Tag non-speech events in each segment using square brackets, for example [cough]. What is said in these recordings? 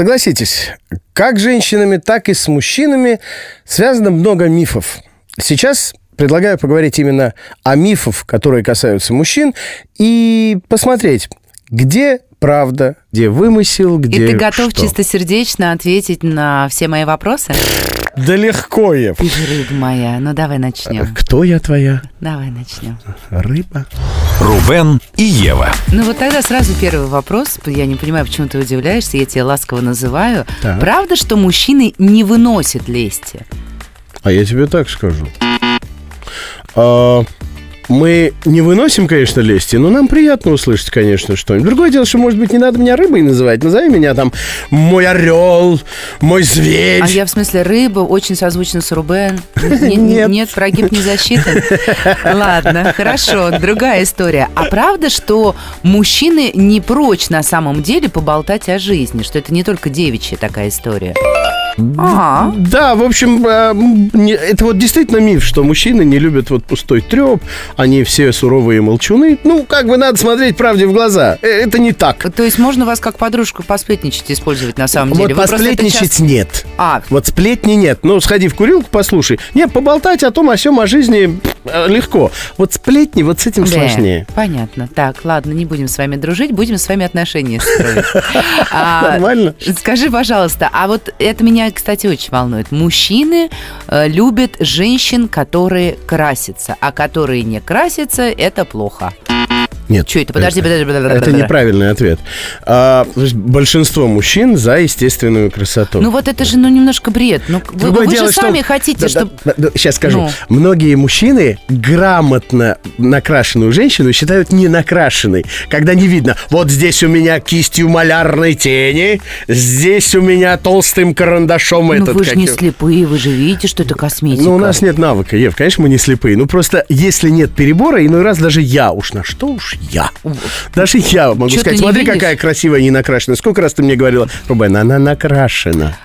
Согласитесь, как с женщинами, так и с мужчинами связано много мифов. Сейчас предлагаю поговорить именно о мифах, которые касаются мужчин, и посмотреть, где правда, где вымысел, где И ты готов что. чистосердечно ответить на все мои вопросы? Да легко я. Ты же рыба моя. Ну давай начнем. Кто я твоя? Давай начнем. Рыба. Рубен и Ева. Ну вот тогда сразу первый вопрос. Я не понимаю, почему ты удивляешься, я тебя ласково называю. Так. Правда, что мужчины не выносят лести? А я тебе так скажу. А, мы не выносим, конечно, лести, но нам приятно услышать, конечно, что-нибудь. Другое дело, что, может быть, не надо меня рыбой называть. Назови меня там мой орел, мой зверь. А я в смысле рыба, очень созвучно [laughs] с Рубен. Не- не- Нет. Нет, прогиб не засчитан. Ладно, хорошо, другая история. А правда, что мужчины не прочь на самом деле поболтать о жизни, что это не только девичья такая история? А, Да, в общем, э, м, не- это вот действительно миф, что мужчины не любят вот пустой треп, они все суровые молчуны. Ну, как бы надо смотреть правде в глаза. Э, Это не так. то есть можно вас как подружку посплетничать использовать на самом деле? Вот Вы просто это посплетничать часто- нет. А, Вот сплетни нет. Ну, сходи в курилку, послушай. Нет, поболтать о том, о сём, о жизни пф, э, легко. Вот сплетни вот с этим Да, сложнее. Понятно. Так, ладно, не будем с вами дружить, будем с вами отношения [laughs] строить. А, Нормально? Скажи, пожалуйста, а вот это меня, кстати, очень волнует. Мужчины э, любят женщин, которые красятся, а которые не красятся, это плохо. Нет. Чё это? Подожди, подожди, подожди. Это подожди. неправильный ответ. А, то есть большинство мужчин за естественную красоту. Ну вот это же, ну, немножко бред. Ну, вы- Другое вы дело, же что- сами хотите, чтобы... сейчас скажу. Ну. Многие мужчины грамотно накрашенную женщину считают ненакрашенной, когда не видно. Вот здесь у меня кистью малярной тени, здесь у меня толстым карандашом Ну этот. вы же как не его- слепые, вы же видите, что это косметика. Ну, у нас нет навыка, Ев, конечно, мы не слепые. Ну, просто если нет перебора, иной раз даже я уж на что уж я. Даже я могу Чё ты сказать, не смотри, видишь? какая красивая не накрашена. Сколько раз ты мне говорила, Рубен, она накрашена.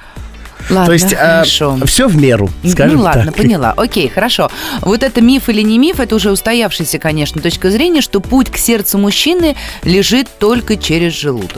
Ладно, То есть, хорошо. все в меру, скажем ну ладно, так. поняла. Окей, хорошо. Вот это миф или не миф, это уже устоявшаяся, конечно, точка зрения, что путь к сердцу мужчины лежит только через желудок.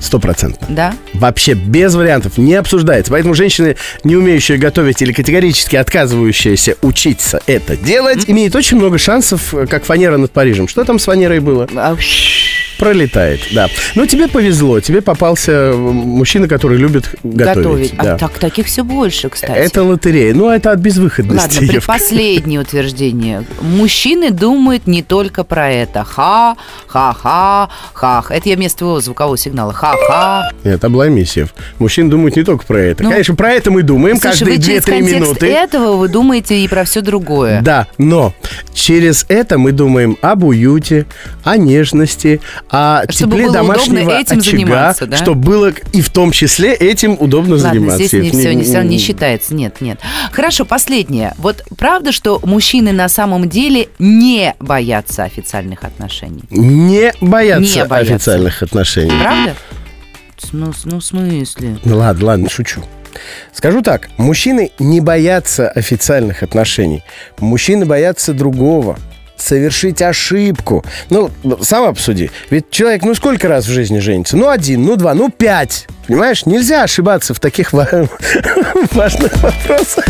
Стопроцентно. Да? Вообще без вариантов, не обсуждается. Поэтому женщины, не умеющие готовить или категорически отказывающиеся учиться это делать, имеют очень много шансов, э, как фанера над Парижем. Что там с фанерой было? А, ш- Пролетает, да. Но тебе повезло, тебе попался э, мужчина, который любит готовить. Готовить. да. А так таких все больше, кстати. Это лотерея. Ну, это от безвыходности. Ладно, Евка. предпоследнее утверждение. Мужчины думают не только про это. Ха, ха-ха, ха. Это я вместо его звукового сигнала. Ха-ха. Нет, обломись, Ев. Мужчины думают не только про это. Ну, Конечно, про это мы думаем Слушай, каждые вы через 2-3 контекст минуты. этого вы думаете и про все другое. Да, но через это мы думаем об уюте, о нежности, о Чтобы тепле было домашнего удобно этим очага, заниматься, да? чтобы было и в том числе этим удобно Ладно, ну, заниматься. здесь Это не не- все, не, не- всё равно не считается. Нет, нет. Хорошо, последнее. Вот правда, что мужчины на самом деле не боятся официальных отношений? не боятся Не боятся. официальных отношений. Правда? С- Ну, с- ну в смысле? Ну ладно, ладно, шучу. Скажу так, мужчины не боятся официальных отношений. Мужчины боятся другого. Совершить ошибку. Ну, сам обсуди. Ведь человек, ну сколько раз в жизни женится? Ну, один, ну, два, ну, [laughs] пять. Понимаешь, нельзя ошибаться в таких ва- важных вопросах.